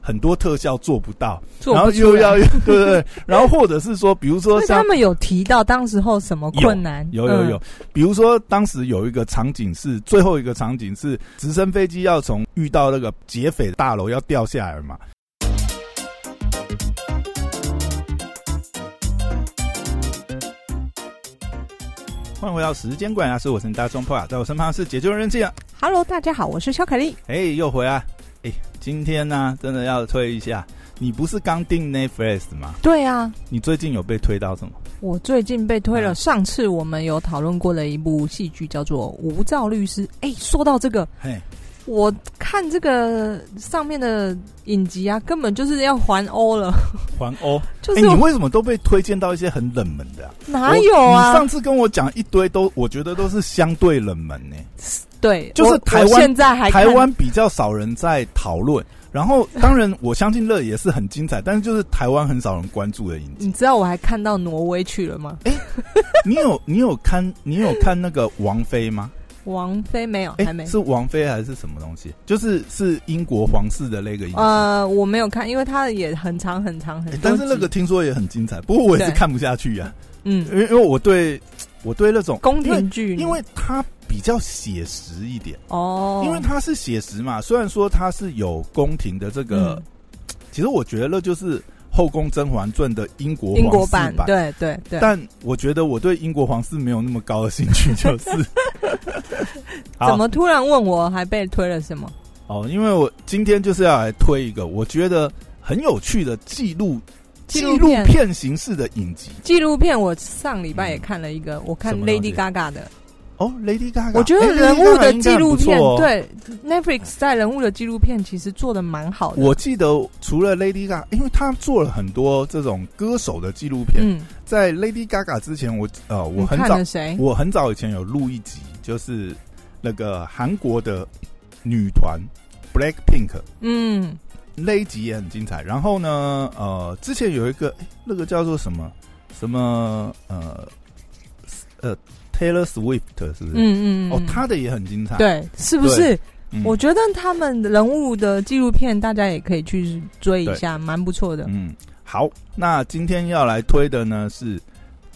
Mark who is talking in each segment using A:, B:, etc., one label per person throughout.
A: 很多特效做不到，
B: 做不
A: 然后
B: 出
A: 又
B: 来
A: 要对 对对，然后或者是说，比如说
B: 所以
A: 像
B: 他们有提到当时候什么困难？
A: 有有
B: 嗯
A: 有，，比如说当时有一个场景是最后一个场景是直升飞机要从遇到那个劫匪大楼要掉下来嘛。欢迎回到时间管家，是我是你大众破啊，在我身旁是解救人气啊，
B: Hello，大家好，我是肖凯丽。
A: 哎、又回来，哎、今天呢、真的要推一下，你不是刚订 Netflix 吗？
B: 对啊，
A: 你最近有被推到什么？
B: 我最近被推了
A: 嗯
B: 上次我们有讨论过的一部戏剧，叫做《无照律师》。哎，说到这个，
A: 嘿，
B: 我看这个上面的影集啊，根本就是要环欧了，
A: 环欧。
B: 就
A: 哎、
B: 是我、
A: 你为什么都被推荐到一些很冷门的、啊？
B: 哪有啊？
A: 我你上次跟我讲一堆都，我觉得都是相对冷门呢、
B: 对，
A: 就是
B: 我
A: 台湾
B: 我现在还看
A: 台湾比较少人在讨论，然后当然我相信乐也是很精彩，但是就是台湾很少人关注的影集。
B: 你知道我还看到挪威去了吗？
A: 你有你有看你有看那个王菲 吗？
B: 王菲没有，
A: 哎、
B: 还没。
A: 是王菲还是什么东西？就是是英国皇室的那个影集。
B: 呃，我没有看，因为它也很长很长很
A: 哎
B: 多集、
A: 但是那个听说也很精彩，不过我也是
B: 对
A: 看不下去呀、
B: 嗯，
A: 因为因为我对我对那种
B: 宫
A: 因为
B: 廷剧呢，
A: 因为它比较写实一点，
B: 哦，
A: 因为它是写实嘛。虽然说它是有宫廷的这个
B: 嗯
A: 其实我觉得那就是《后宫甄嬛传》的英国
B: 英国
A: 皇
B: 版
A: 室，
B: 对对对，
A: 但我觉得我对英国皇室没有那么高的兴趣，就是 好
B: 怎么突然问我还被推了什么？
A: 哦，因为我今天就是要来推一个我觉得很有趣的记录
B: 纪录
A: 录
B: 片
A: 片形式的影集
B: 纪录片我上礼拜也看了一个，我看
A: 什么东西
B: Lady Gaga 的，
A: 哦，Lady Gaga，
B: 我觉
A: 哎
B: 得人物的纪录
A: Lady Gaga 应该很不
B: 片，，
A: 错哦
B: 对 Netflix 在人物的纪录片其实做的蛮好的，
A: 我记得除了 Lady Gaga，因为她做了很多这种歌手的纪录片，
B: 嗯，
A: 在 Lady Gaga 之前，我呃我
B: 你
A: 很
B: 看
A: 早
B: 了谁？
A: 我很早以前有录一集，就是那个韩国的女团 Black Pink
B: 嗯，
A: 那一集也很精彩。然后呢，呃，之前有一个、诶那个叫做什么什么呃呃 Taylor Swift 是不是？
B: 嗯嗯嗯，
A: 哦，她的也很精彩。
B: 对，是不
A: 对
B: 是？
A: 嗯，
B: 我觉得他们人物的纪录片，大家也可以去追一下，蛮不错的。
A: 嗯好，那今天要来推的呢是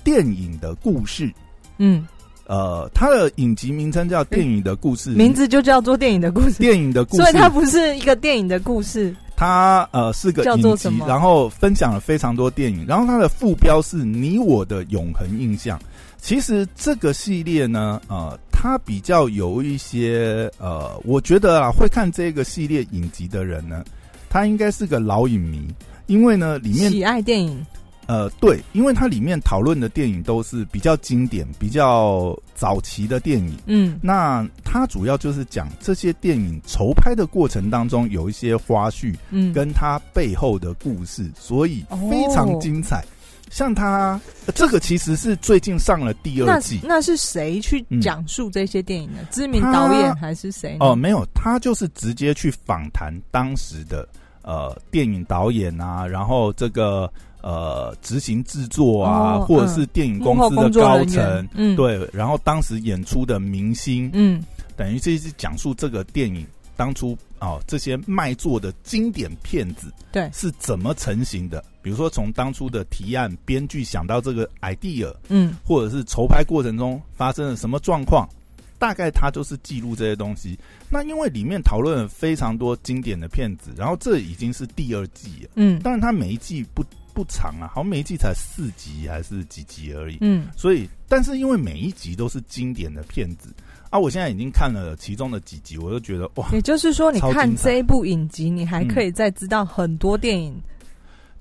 A: 电影的故事。
B: 嗯，
A: 呃，它的影集名称叫《电影的故事》，
B: 名字就叫做电影的故事，
A: 电影的故事，
B: 所以它不是一个电影的故事。
A: 它呃是个
B: 叫
A: 影
B: 做
A: 集
B: 什，么
A: 然后分享了非常多电影，然后它的副标是“你我的永恒印象”。其实这个系列呢，呃，它比较有一些呃，我觉得啊，会看这个系列影集的人呢，他应该是个老影迷，因为呢，里面
B: 喜爱电影，
A: 呃，对，因为它里面讨论的电影都是比较经典、比较早期的电影。
B: 嗯
A: 那它主要就是讲这些电影筹拍的过程当中有一些花絮，
B: 嗯，
A: 跟他背后的故事，所以非
B: 哦
A: 常精彩。像他、呃这个其实是最近上了第
B: 那
A: 二季
B: 那是谁去讲述这些电影的？知名导演还是谁呢？
A: 嗯哦、没有，他就是直接去访谈当时的呃电影导演啊，然后这个呃执行制作啊，
B: 哦
A: 或者是电影
B: 幕
A: 公
B: 后
A: 司
B: 工
A: 的
B: 作
A: 高
B: 人
A: 层
B: 员，，嗯，，
A: 对，然后当时演出的明星，
B: 嗯
A: 等于这是讲述这个电影当初哦这些卖座的经典片子，
B: 对
A: 是怎么成型的？比如说从当初的提案，编剧想到这个 idea，
B: 嗯
A: 或者是筹拍过程中发生了什么状况，大概它就是记录这些东西。那因为里面讨论了非常多经典的片子，然后这已经是第二季了，
B: 嗯
A: 当然它每一季不不长啊，好像每一季才四集还是几集而已，
B: 嗯
A: 所以，但是因为每一集都是经典的片子啊，我现在已经看了其中的几集，我就觉得哇，
B: 也就是说，你
A: 超精彩
B: 看这一部影集，你还可以再知道很多电影。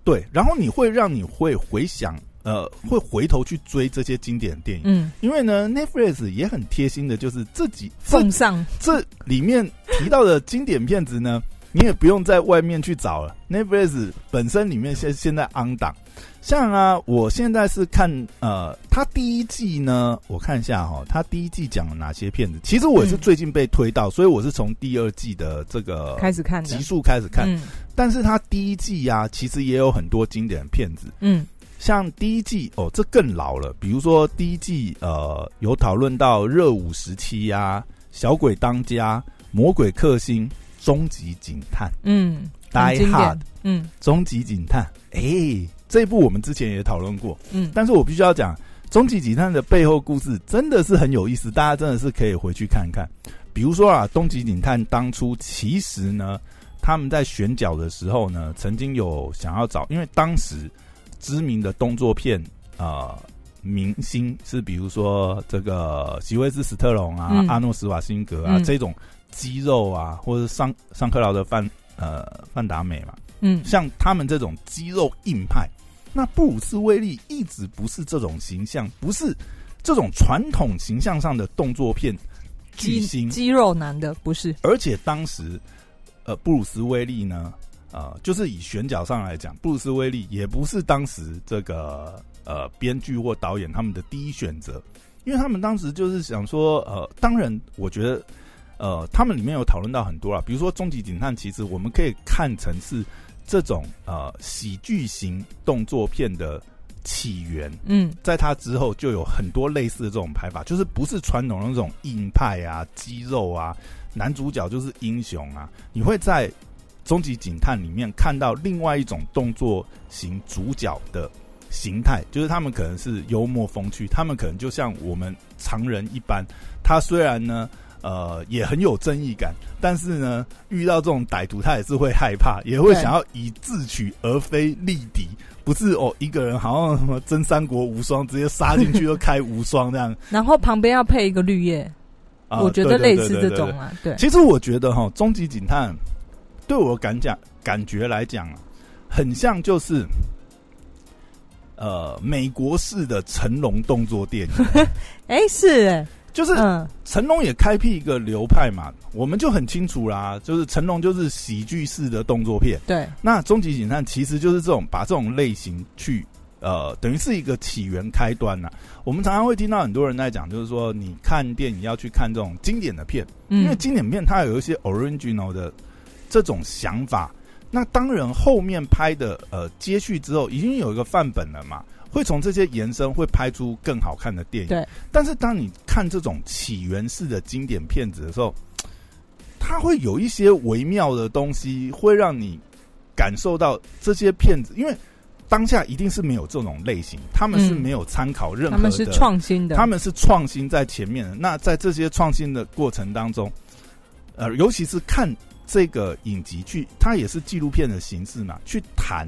A: 对，然后你会让你会回想，呃，会回头去追这些经典电影，
B: 嗯，
A: 因为呢，Netflix 也很贴心的，就是这几这
B: 奉上
A: 这里面提到的经典片子呢， 你也不用在外面去找了，Netflix 本身里面现现在 on 档。像啊，我现在是看呃，它第一季呢，我看一下哈、它第一季讲了哪些片子。其实我也是
B: 嗯
A: 最近被推到，所以我是从第二季的这个
B: 开始看的
A: 呃集，数开始看。
B: 嗯
A: 但是它第一季呀、其实也有很多经典的片子，
B: 嗯
A: 像第一季哦，这更老了。比如说第一季呃，有讨论到热舞时期啊呀、小鬼当家、魔鬼克星、终极警探。
B: 嗯，很
A: Die
B: 经
A: Hard
B: 典。嗯
A: 终极警探，哎、这一部我们之前也讨论过，
B: 嗯，
A: 但是我必须要讲，终极警探的背后故事真的是很有意思，大家真的是可以回去看看。比如说啊，终极警探当初其实呢，他们在选角的时候呢，曾经有想要找，因为当时知名的动作片啊、呃明星是比如说这个席维斯·史特龙啊、
B: 嗯
A: 阿诺·施瓦辛格啊、
B: 嗯
A: 这种肌肉啊，或者上上克劳的范呃范达美嘛，
B: 嗯
A: 像他们这种肌肉硬派，那布鲁斯威利一直不是这种形象，不是这种传统形象上的动作片巨
B: 肌
A: 星，
B: 肌肉男的不是，
A: 而且当时呃，布鲁斯威利呢，呃，就是以选角上来讲，布鲁斯威利也不是当时这个呃编剧或导演他们的第一选择，因为他们当时就是想说，呃，当然，我觉得。呃，他们里面有讨论到很多啊，比如说《终极警探》，其实我们可以看成是这种呃喜剧型动作片的起源。
B: 嗯
A: 在他之后就有很多类似的这种拍法，就是不是传统的那种硬派啊、肌肉啊，男主角就是英雄啊，你会在《终极警探》里面看到另外一种动作型主角的形态，就是他们可能是幽默风趣，他们可能就像我们常人一般，他虽然呢。呃，也很有正义感，但是呢，遇到这种歹徒，他也是会害怕，也会
B: 对
A: 想要以智取而非力敌。不是哦，一个人好像什么真三国无双，直接杀进去就开无双这 样。
B: 然后旁边要配一个绿叶，
A: 啊
B: 我觉
A: 对
B: 得
A: 对
B: 类
A: 对
B: 似
A: 对
B: 这
A: 对
B: 种啊，对，
A: 其实我觉得哈，《终极警探》对我感讲感觉来讲啊，很像就是呃美国式的成龙动作电 影，
B: 哎是哎，
A: 就是
B: 嗯
A: 成龙也开辟一个流派嘛，我们就很清楚啦，就是成龙就是喜剧式的动作片，
B: 对，
A: 那《终极警探》其实就是这种把这种类型去。呃，等于是一个起源开端呐、我们常常会听到很多人在讲，就是说你看电影要去看这种经典的片，因为
B: 嗯
A: 经典片它有一些 original 的这种想法。那当然，后面拍的呃接续之后，已经有一个范本了嘛，会从这些延伸会拍出更好看的电影。
B: 对。
A: 但是当你看这种起源式的经典片子的时候，它会有一些微妙的东西，会让你感受到这些片子，因为当下一定是没有这种类型，他们是
B: 嗯
A: 没有参考任何
B: 他
A: 的
B: 们是创新的，
A: 他们是创新在前面的。那在这些创新的过程当中，呃，尤其是看这个影集去，它也是纪录片的形式嘛，去谈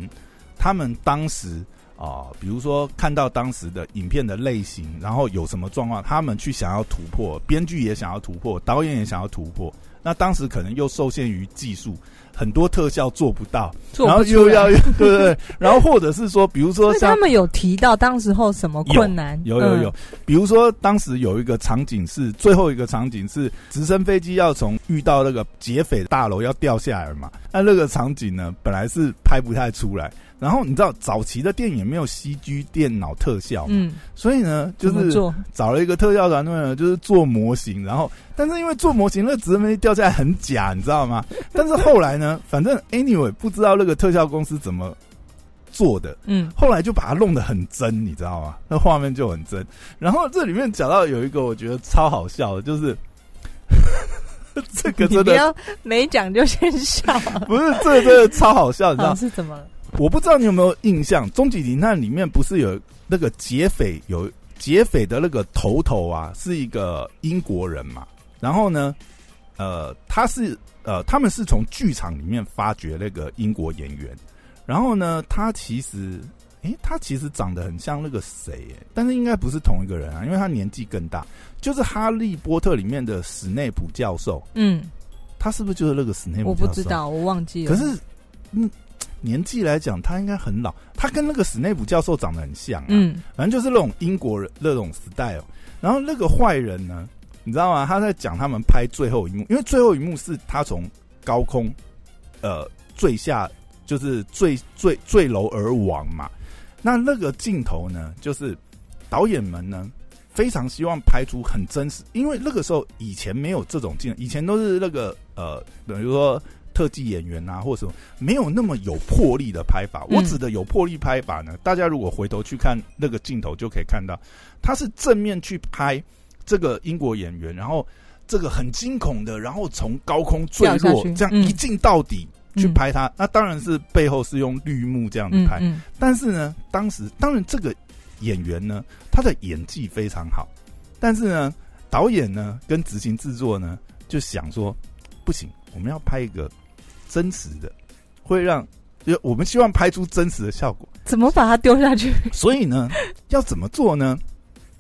A: 他们当时啊、比如说看到当时的影片的类型，然后有什么状况，他们去想要突破，编剧也想要突破，导演也想要突破。那当时可能又受限于技术，很多特效做不到，
B: 做
A: 然后
B: 不出
A: 又
B: 来
A: 要 对对对，然后或者是说，比如说
B: 所以
A: 像
B: 他们有提到当时候什么困难？
A: 有有
B: 嗯
A: 有，，比如说当时有一个场景是最后一个场景是直升飞机要从遇到那个劫匪大楼要掉下来嘛，那那个场景呢本来是拍不太出来，然后你知道早期的电影也没有 CG 电脑特效，
B: 嗯，
A: 所以呢就
B: 怎么
A: 是
B: 做？
A: 找了一个特效团队呢，就是做模型，然后但是因为做模型那直升飞机掉下来很假，你知道吗？但是后来呢，反正 anyway 不知道那个特效公司怎么做的，
B: 嗯
A: 后来就把它弄得很真，你知道吗？ 那画面就很真。然后这里面讲到有一个我觉得超好笑的，就是 这个
B: 你
A: 真
B: 不
A: 的
B: 要没讲就先笑，
A: 不是这个真的超好笑，你知
B: 啊
A: 道？
B: 是怎么了？
A: 我不知道你有没有印象，《终极警探》里面不是有那个劫匪有劫匪的那个头头啊，是一个英国人嘛？然后呢，呃，他是呃，他们是从剧场里面发掘那个英国演员，然后呢，他其实。诶，他其实长得很像那个谁，诶但是应该不是同一个人啊，因为他年纪更大。就是《哈利波特》里面的史内普教授，
B: 嗯，
A: 他是不是就是那个史内普
B: 我
A: 教授？啊
B: 不知道，我忘记了。
A: 可是，嗯，年纪来讲，他应该很老。他跟那个史内普教授长得很像、啊，，
B: 嗯，
A: 反正就是那种英国人那种 style。然后那个坏人呢，你知道吗？他在讲他们拍最后一幕，因为最后一幕是他从高空呃坠下，就是坠坠坠楼而亡嘛。那那个镜头呢，就是导演们呢非常希望拍出很真实，因为那个时候以前没有这种镜头，以前都是那个呃，等于说特技演员啊或什么，没有那么有魄力的拍法。
B: 嗯
A: 我指的有魄力拍法呢，大家如果回头去看那个镜头，就可以看到他是正面去拍这个英国演员，然后这个很惊恐的，然后从高空坠
B: 掉下
A: 落
B: 去，
A: 这样
B: 嗯
A: 一镜到底。去拍它。那当然是背后是用绿幕这样子
B: 嗯
A: 拍，
B: 嗯
A: 但是呢，当时当然这个演员呢，他的演技非常好，但是呢，导演呢跟执行制作呢就想说，不行，我们要拍一个真实的，会让。就我们希望拍出真实的效果，
B: 怎么把它丢下去？
A: 所以 呢，要怎么做呢？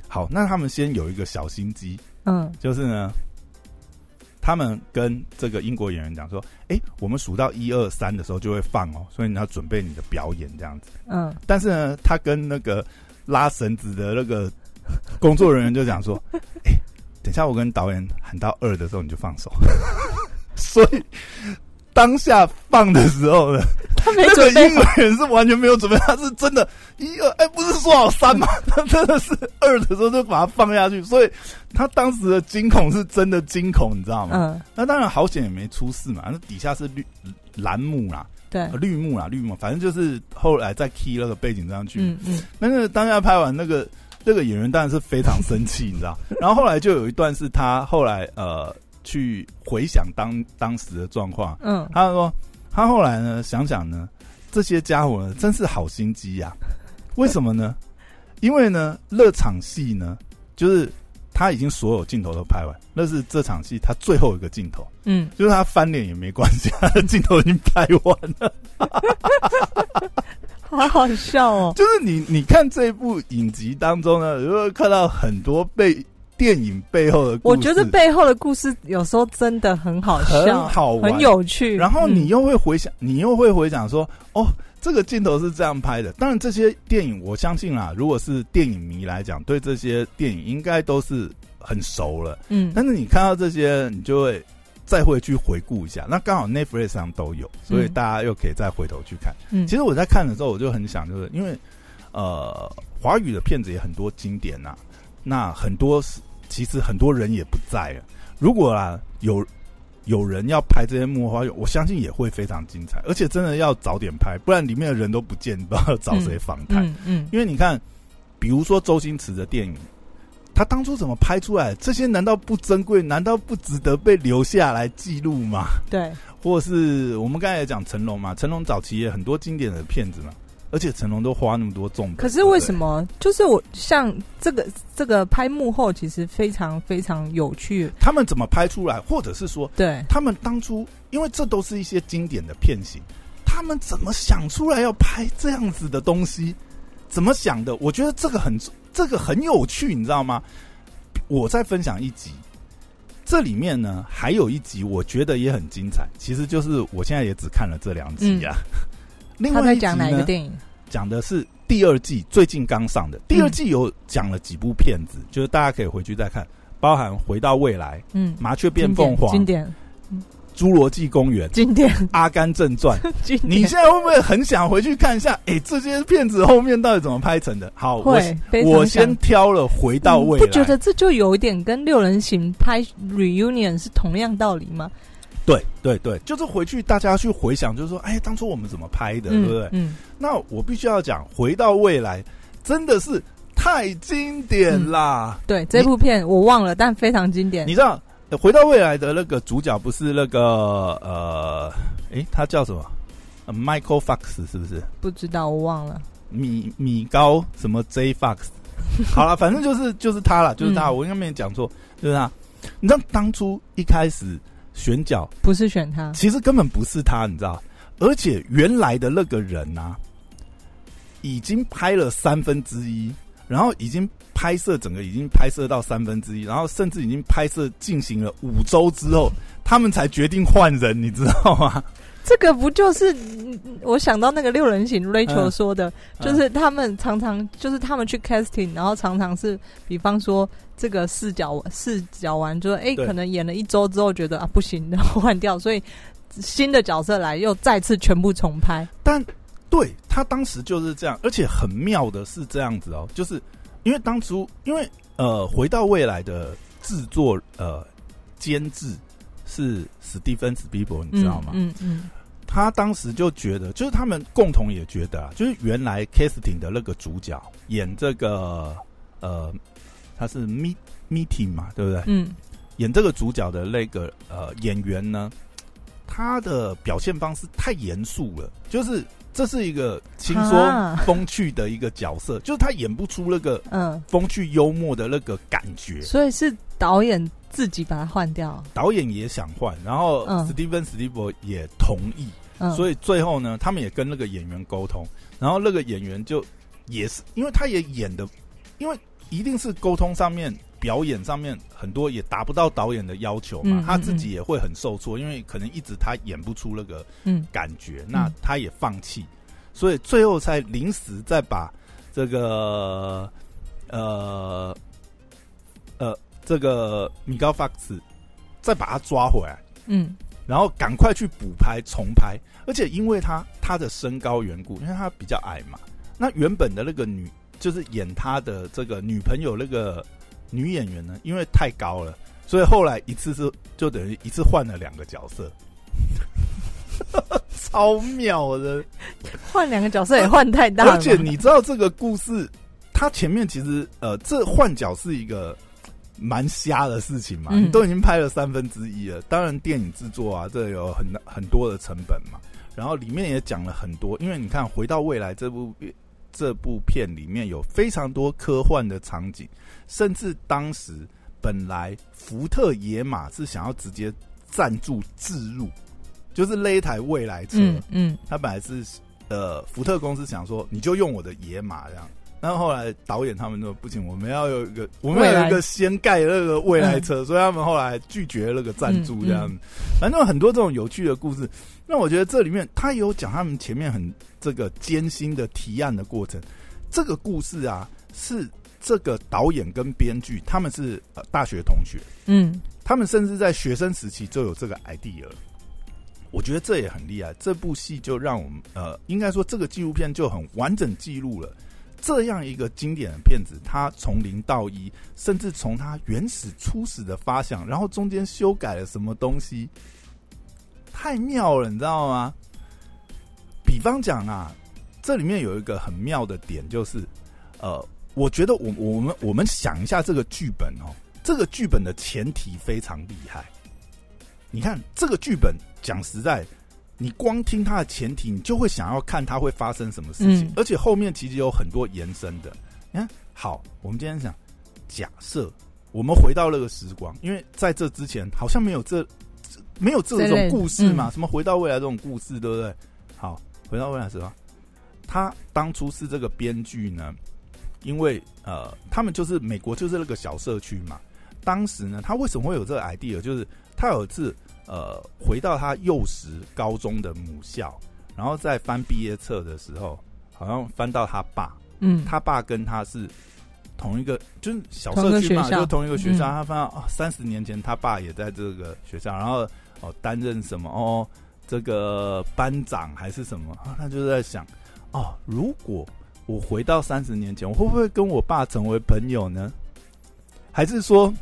A: 好，那他们先有一个小心机，
B: 嗯
A: 就是呢，他们跟这个英国演员讲说：“哎、我们数到一二三的时候就会放哦，所以你要准备你的表演这样子。
B: 嗯，”
A: 但是呢，他跟那个拉绳子的那个工作人员就讲说：“哎、等一下我跟导演喊到二的时候你就放手。” 所以当下放的时候呢，
B: 他 没
A: 那个
B: 准备
A: 英国人是完全没有准备，他是真的，一二，哎，不是说好三吗？ 他真的是二的时候就把它放下去，所以他当时的惊恐是真的惊恐，你知道吗？
B: 嗯，
A: 那当然好险也没出事嘛，那底下是绿蓝幕啦、
B: 对
A: 呃，绿幕啦、绿幕，反正就是后来再 key 那个背景上去。
B: 嗯嗯
A: 那个当下拍完那个那个演员当然是非常生气，你知 道？然后后来就有一段是他后来呃去回想当当时的状况，
B: 嗯，
A: 他说，他后来呢，想想呢，这些家伙呢，真是好心机呀、为什么呢？因为呢，那场戏呢，就是他已经所有镜头都拍完，那是这场戏他最后一个镜头，
B: 嗯，
A: 就是他翻脸也没关系，他的镜头已经拍完了。
B: 好好笑哦。
A: 就是你，你看这部影集当中呢，如果看到很多被电影背后的故
B: 我
A: 事，
B: 觉得背后的故事有时候真的很好
A: 很
B: 笑，
A: 好玩，啊
B: 很有趣。
A: 然后你
B: 又
A: 又会回想，你又会回想说，哦，这个镜头是这样拍的。当然，这些电影我相信啊啦，如果是电影迷来讲，对这些电影应该都是很熟了。
B: 嗯
A: 但是你看到这些，你就会再回去回顾一下。那刚好 Netflix 上都有，所以
B: 嗯
A: 大家又可以再回头去看。
B: 嗯
A: 其实我在看的时候，我就很想，就是因为呃，华语的片子也很多经典呐、那很多是其实很多人也不在了。如果啊有有人要拍这些幕后花絮，我相信也会非常精彩，而且真的要早点拍，不然里面的人都不见，不知道找谁访谈。
B: 嗯嗯
A: 因为你看，比如说周星驰的电影。他当初怎么拍出来？这些难道不珍贵？难道不值得被留下来记录吗？
B: 对，
A: 或是我们刚才也讲成龙嘛，成龙早期也很多经典的片子嘛，而且成龙都花那么多重本。
B: 可是为什
A: 么？
B: 么？就是我像这个这个拍幕后，其实非常非常有趣。
A: 他们怎么拍出来，或者是说
B: 对，
A: 他们当初，因为这都是一些经典的片型，他们怎么想出来要拍这样子的东西？怎么想的？我觉得这个很这个很有趣，你知道吗？我再分享一集，这里面呢还有一集，我觉得也很精彩。其实就是我现在也只看了这两集啊。 另
B: 嗯他
A: 外
B: 在
A: 一集
B: 讲哪一个
A: 呢，
B: 电影？
A: 讲的是第二季最近刚上的，第二季有讲了几部片子，就是大家可以回去再看，包含《回到未来》
B: 嗯
A: 《麻雀变凤凰》
B: 经
A: 《
B: 典，
A: 侏罗纪公园》《
B: 经典，
A: 阿甘正 传》。
B: 经典。
A: 你现在会不会很想回去看一下？哎、这些片子后面到底怎么拍成的？好，我
B: 会非常
A: 我
B: 想
A: 先挑了《回到未来》
B: 你不觉得这就有一点跟六人行拍 reunion 是同样道理吗？
A: 对对对，就是回去大家去回想，就是说，哎、当初我们怎么拍的，对不对？
B: 嗯，
A: 那我必须要讲，《回到未来》真的是太经典啦。
B: 对，这部片我忘了，但非常经典
A: 你。知道，呃回到未来的那个主角不是那个呃，诶，他叫什么、呃 Michael Fox 是不是？
B: 不知道，我忘了。
A: 米米高什么 J Fox？好了，反正就是就是他了，就是他，
B: 嗯
A: 我应该没有讲错，就是他。你知道当初一开始选角，
B: 不是选他，
A: 其实根本不是他，你知道？而且原来的那个人啊，已经拍了三分之一，然后已经拍摄整个已经拍摄到三分之一，然后甚至已经拍摄进行了五周之后，他们才决定换人，你知道吗？
B: 这个不就是嗯我想到那个六人行 Rachel
A: 嗯
B: 说的， 就是他们常常就是他们去 casting，然后常常是，比方说这个视角视角完，就是哎、
A: 对
B: 可能演了一周之后觉得啊不行，然后换掉，所以新的角色来又再次全部重拍。
A: 但对他当时就是这样，而且很妙的是这样子哦，就是因为当初因为呃，回到未来的制作呃监制是史蒂芬史皮伯，你知道吗？
B: 嗯嗯
A: 他当时就觉得，就是他们共同也觉得啊，就是原来 casting 的那个主角演这个呃，他是 meet 哎 meeting 嘛，对不对？
B: 嗯
A: 演这个主角的那个呃演员呢，他的表现方式太严肃了，就是这是一个轻松
B: 啊
A: 风趣的一个角色，就是他演不出那个
B: 嗯，
A: 风趣幽默的那个感觉。
B: 所以是导演自己把它换掉，
A: 导演也想换，然后
B: 嗯
A: 史蒂芬史蒂博也同意，
B: 嗯，
A: 所
B: 以
A: 以最后呢，他们也跟那个演员沟通，然后那个演员就也是，因为他也演的，因为一定是沟通上面、表演上面很多也达不到导演的要求嘛，
B: 嗯
A: 他
B: 嗯
A: 自己
B: 嗯
A: 也会很受挫，因为可能一直他演不出那个
B: 嗯
A: 感觉，那
B: 嗯
A: 他也放弃，所以最后才临时再把这个呃呃这个米高法克斯再把他抓回来。
B: 嗯
A: 然后赶快去补拍重拍，而且因为他他的身高缘故，因为他比较矮嘛，那原本的那个女就是演他的这个女朋友那个女演员呢，因为太高了，所以后来一次是就等于一次换了两个角色， 超妙的。
B: 换两个角色也换太大了吧，
A: 而且你知道这个故事，它前面其实呃，这换角是一个蛮瞎的事情嘛，
B: 嗯
A: 你都已经拍了三分之一了。当然，电影制作啊，这有很很多的成本嘛。然后里面也讲了很多，因为你看《回到未来》这部这部片里面有非常多科幻的场景，甚至当时本来福特野马是想要直接赞助置入，就是那一台未来车，
B: 嗯嗯
A: 他本来是呃福特公司想说你就用我的野马这样，然后后来导演他们说不行，我们要有一个我们
B: 未
A: 要
B: 来
A: 有一个掀盖那个未来车，所以他们后来拒绝那个赞助这样。
B: 嗯
A: 反正有很多这种有趣的故事，那我觉得这里面他有讲他们前面很这个艰辛的提案的过程，这个故事啊是这个导演跟编剧他们是、呃、大学同学，
B: 嗯
A: 他们甚至在学生时期就有这个 idea 了。我觉得这也很厉害，这部戏就让我们呃，应该说这个纪录片就很完整记录了这样一个经典的片子，它从零到一，甚至从它原始初始的发想，然后中间修改了什么东西，太妙了，你知道吗？比方讲啊，这里面有一个很妙的点，就是呃，我觉得我我们我们想一下这个剧本哦，这个剧本的前提非常厉害。你看这个剧本，讲实在，你光听它的前提，你就会想要看它会发生什么事情，
B: 嗯
A: 而且后面其实有很多延伸的。你看，好，我们今天想假设我们回到那个时光，因为在这之前好像没有这这没有这
B: 这
A: 种
B: 类
A: 故事嘛，什么回到未来这种故事，对不对？好，回到未来是吧？他当初是这个编剧呢，因为呃，他们就是美国就是那个小社区嘛。当时呢，他为什么会有这个 idea？就是他有一次呃，回到他幼时高中的母校，然后在翻毕业册的时候，好像翻到他爸，
B: 嗯，
A: 他爸跟他是同一个，就是小
B: 同一
A: 社
B: 个
A: 区嘛，
B: 学校
A: 就同一个学校。
B: 嗯
A: 他发现哦，三十年前他爸也在这个学校，然后哦担任什么哦这个班长还是什么，啊他就在想哦，如果我回到三十年前，我会不会跟我爸成为朋友呢？还是说，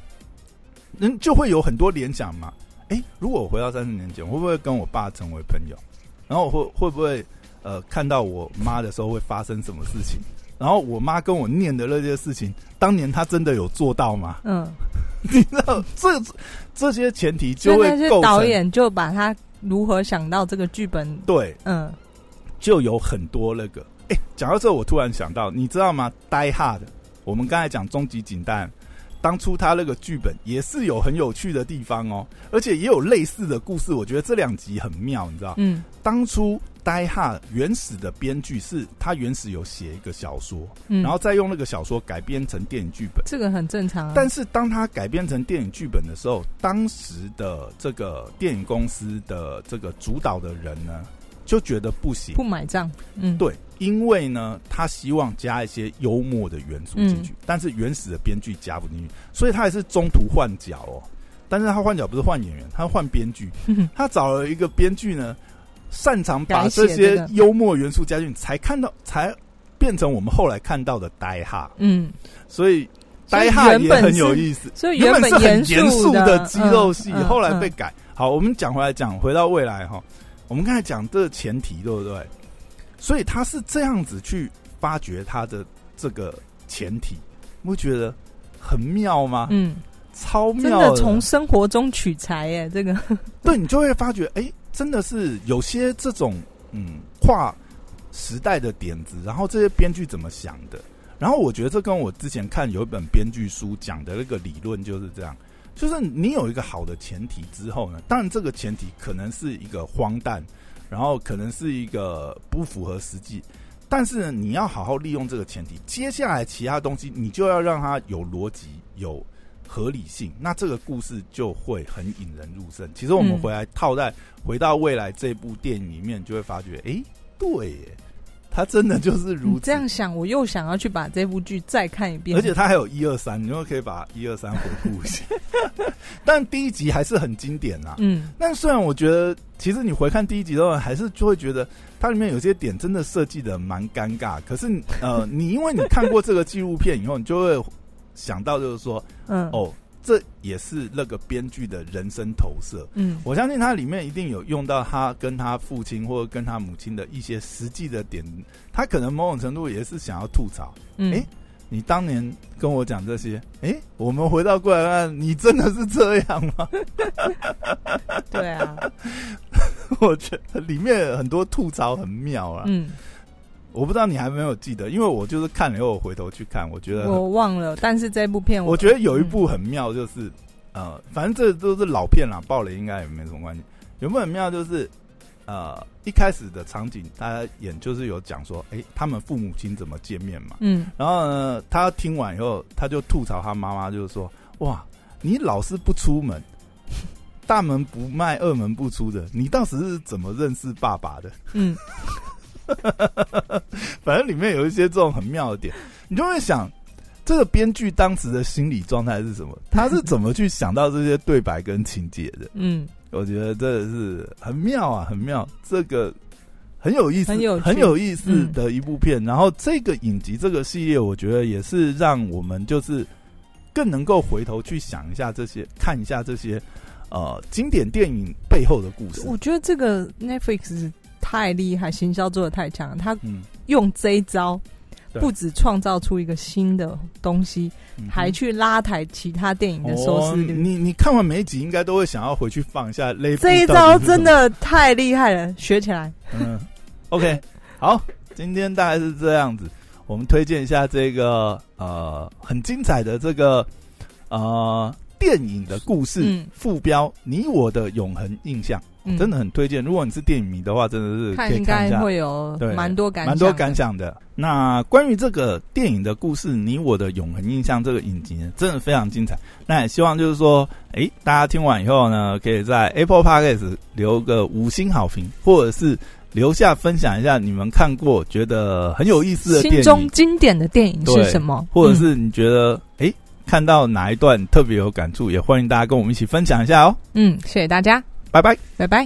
A: 嗯，就会有很多联想嘛？哎、如果我回到三十年前，我会不会跟我爸成为朋友？然后我会会不会呃看到我妈的时候会发生什么事情？然后我妈跟我念的那些事情，当年她真的有做到吗？
B: 嗯，
A: 你 知道这这些前提
B: 所
A: 就
B: 以
A: 会
B: 那些
A: 构成
B: 导演就把他如何想到这个剧本，
A: 对，
B: 嗯
A: 就有很多那个。哎、讲到这，我突然想到，你知道吗？《Die Hard》，我们刚才讲《终极警探》，当初他那个剧本也是有很有趣的地方哦，而且也有类似的故事。我觉得这两集很妙，你知道，
B: 嗯
A: 当初《Die Hard》原始的编剧是他原始有写一个小说，
B: 嗯，
A: 然后再用那个小说改编成电影剧本。
B: 这个很正常啊，
A: 但是当他改编成电影剧本的时候，当时的这个电影公司的这个主导的人呢，就觉得不行，
B: 不买账，嗯，
A: 对，因为呢，他希望加一些幽默的元素
B: 嗯
A: 进去，但是原始的编剧加不进去，所以他也是中途换角哦。但是他换角不是换演员，他换编 剧，他找了一个编剧呢，擅长把
B: 改
A: 这
B: 写
A: 些
B: 这个
A: 幽默元素加进去，才看到才变成我们后来看到的呆哈。
B: 嗯，
A: 所以
B: 所以
A: 呆哈
B: 原
A: 也
B: 本
A: 很有
B: 是
A: 意思，
B: 所以
A: 原
B: 本
A: 是很严
B: 严
A: 肃
B: 的
A: 肌肉戏，
B: 嗯嗯
A: 后来被
B: 嗯
A: 改。好，我们讲回来讲，回到未来哈，我们刚才讲这个前提对不对？所以他是这样子去发掘他的这个前提，你会觉得很妙吗？
B: 嗯，
A: 超
B: 真
A: 妙
B: 的从生活中取材耶，这个
A: 对你就会发觉，哎、真的是有些这种嗯跨时代的点子，然后这些编剧怎么想的？然后我觉得这跟我之前看有一本编剧书讲的那个理论就是这样，就是你有一个好的前提之后呢，当然这个前提可能是一个荒诞，然后可能是一个不符合实际，但是呢你要好好利用这个前提，接下来其他东西你就要让它有逻辑、有合理性，那这个故事就会很引人入胜。其实我们
B: 嗯
A: 回来套在《回到未来》这部电影里面，就会发觉，诶，对耶，它真的就是如
B: 你
A: 此
B: 这样想，我又想要去把这部剧再看一遍，
A: 而且它还有一二三，你就可以把一二三回顾一下。 但第一集还是很经典啦。
B: 嗯，
A: 但虽然我觉得，其实你回看第一集的话，还是就会觉得它里面有些点真的设计的蛮尴尬。可是你 呃，你因为你看过这个纪录片以后，你就会想到就是说，
B: 嗯，
A: 哦，这也是那个编剧的人生投射。
B: 嗯，
A: 我相信它里面一定有用到他跟他父亲或者跟他母亲的一些实际的点，他可能某种程度也是想要吐槽。
B: 嗯，
A: 诶你当年跟我讲这些，诶、我们回到过来看，你真的是这样吗？
B: 对啊，
A: 我觉得里面很多吐槽很妙啊。
B: 嗯，
A: 我不知道你还没有记得，因为我就是看了以后我回头去看，我觉得
B: 我忘了，但是这部片
A: 啊我觉得有一部很妙，就是、呃，反正这都是老片啦，爆雷应该也没什么关系。有没有很妙？就是呃，一开始的场景，他演就是有讲说，诶、他们父母亲怎么见面嘛。
B: 嗯，
A: 然后呢，他听完以后，他就吐槽他妈妈，就是说：“哇，你老是不出门，大门不迈，二门不出的，你当时是怎么认识爸爸的
B: 嗯，？”
A: 反正里面有一些这种很妙的点，你就会想，这个编剧当时的心理状态是什么？他是怎么去想到这些对白跟情节的？
B: 嗯，
A: 我觉得真的是很妙啊，很妙，这个很有意思，
B: 很有趣
A: 意思
B: 嗯
A: 的一部片。然后这个影集这个系列，我觉得也是让我们就是更能够回头去想一下这些，看一下这些呃经典电影背后的故事。
B: 我觉得这个 Netflix 太厉害，行销做的太强了，他
A: 嗯，
B: 用这一招。
A: 对
B: 不止创造出一个新的东西，
A: 嗯哼
B: 还去拉抬其他电影的收视
A: 哦
B: 率。
A: 你你看完每一集，应该都会想要回去放一 下那部
B: 这一
A: 到
B: 招
A: 底是什
B: 真
A: 么
B: 的太厉害了，学起来。
A: 嗯，OK，好， 今天大概是这样子。我们推荐一下这个呃很精彩的这个呃电影的故事，
B: 嗯
A: 副标“你我的永恒印象”，
B: 嗯
A: 真的很推荐。如果你是电影迷的话，真的是
B: 看
A: 可以
B: 应
A: 看一
B: 该
A: 下。
B: 会有
A: 对
B: 蛮多感
A: 蛮多
B: 想的
A: 感想的。那关于这个电影的故事，你我的永恒印象这个影集呢，真的非常精彩。那也希望就是说，诶、大家听完以后呢，可以在 Apple Podcast 留个五星好评，或者是留下分享一下你们看过觉得很有意思的
B: 心
A: 电
B: 中
A: 影，
B: 经典的电影
A: 对
B: 是什么？嗯
A: 或者是你觉得诶、看到哪一段特别有感触，也欢迎大家跟我们一起分享一下哦。
B: 嗯嗯，谢谢大家，
A: 拜拜。
B: 拜拜。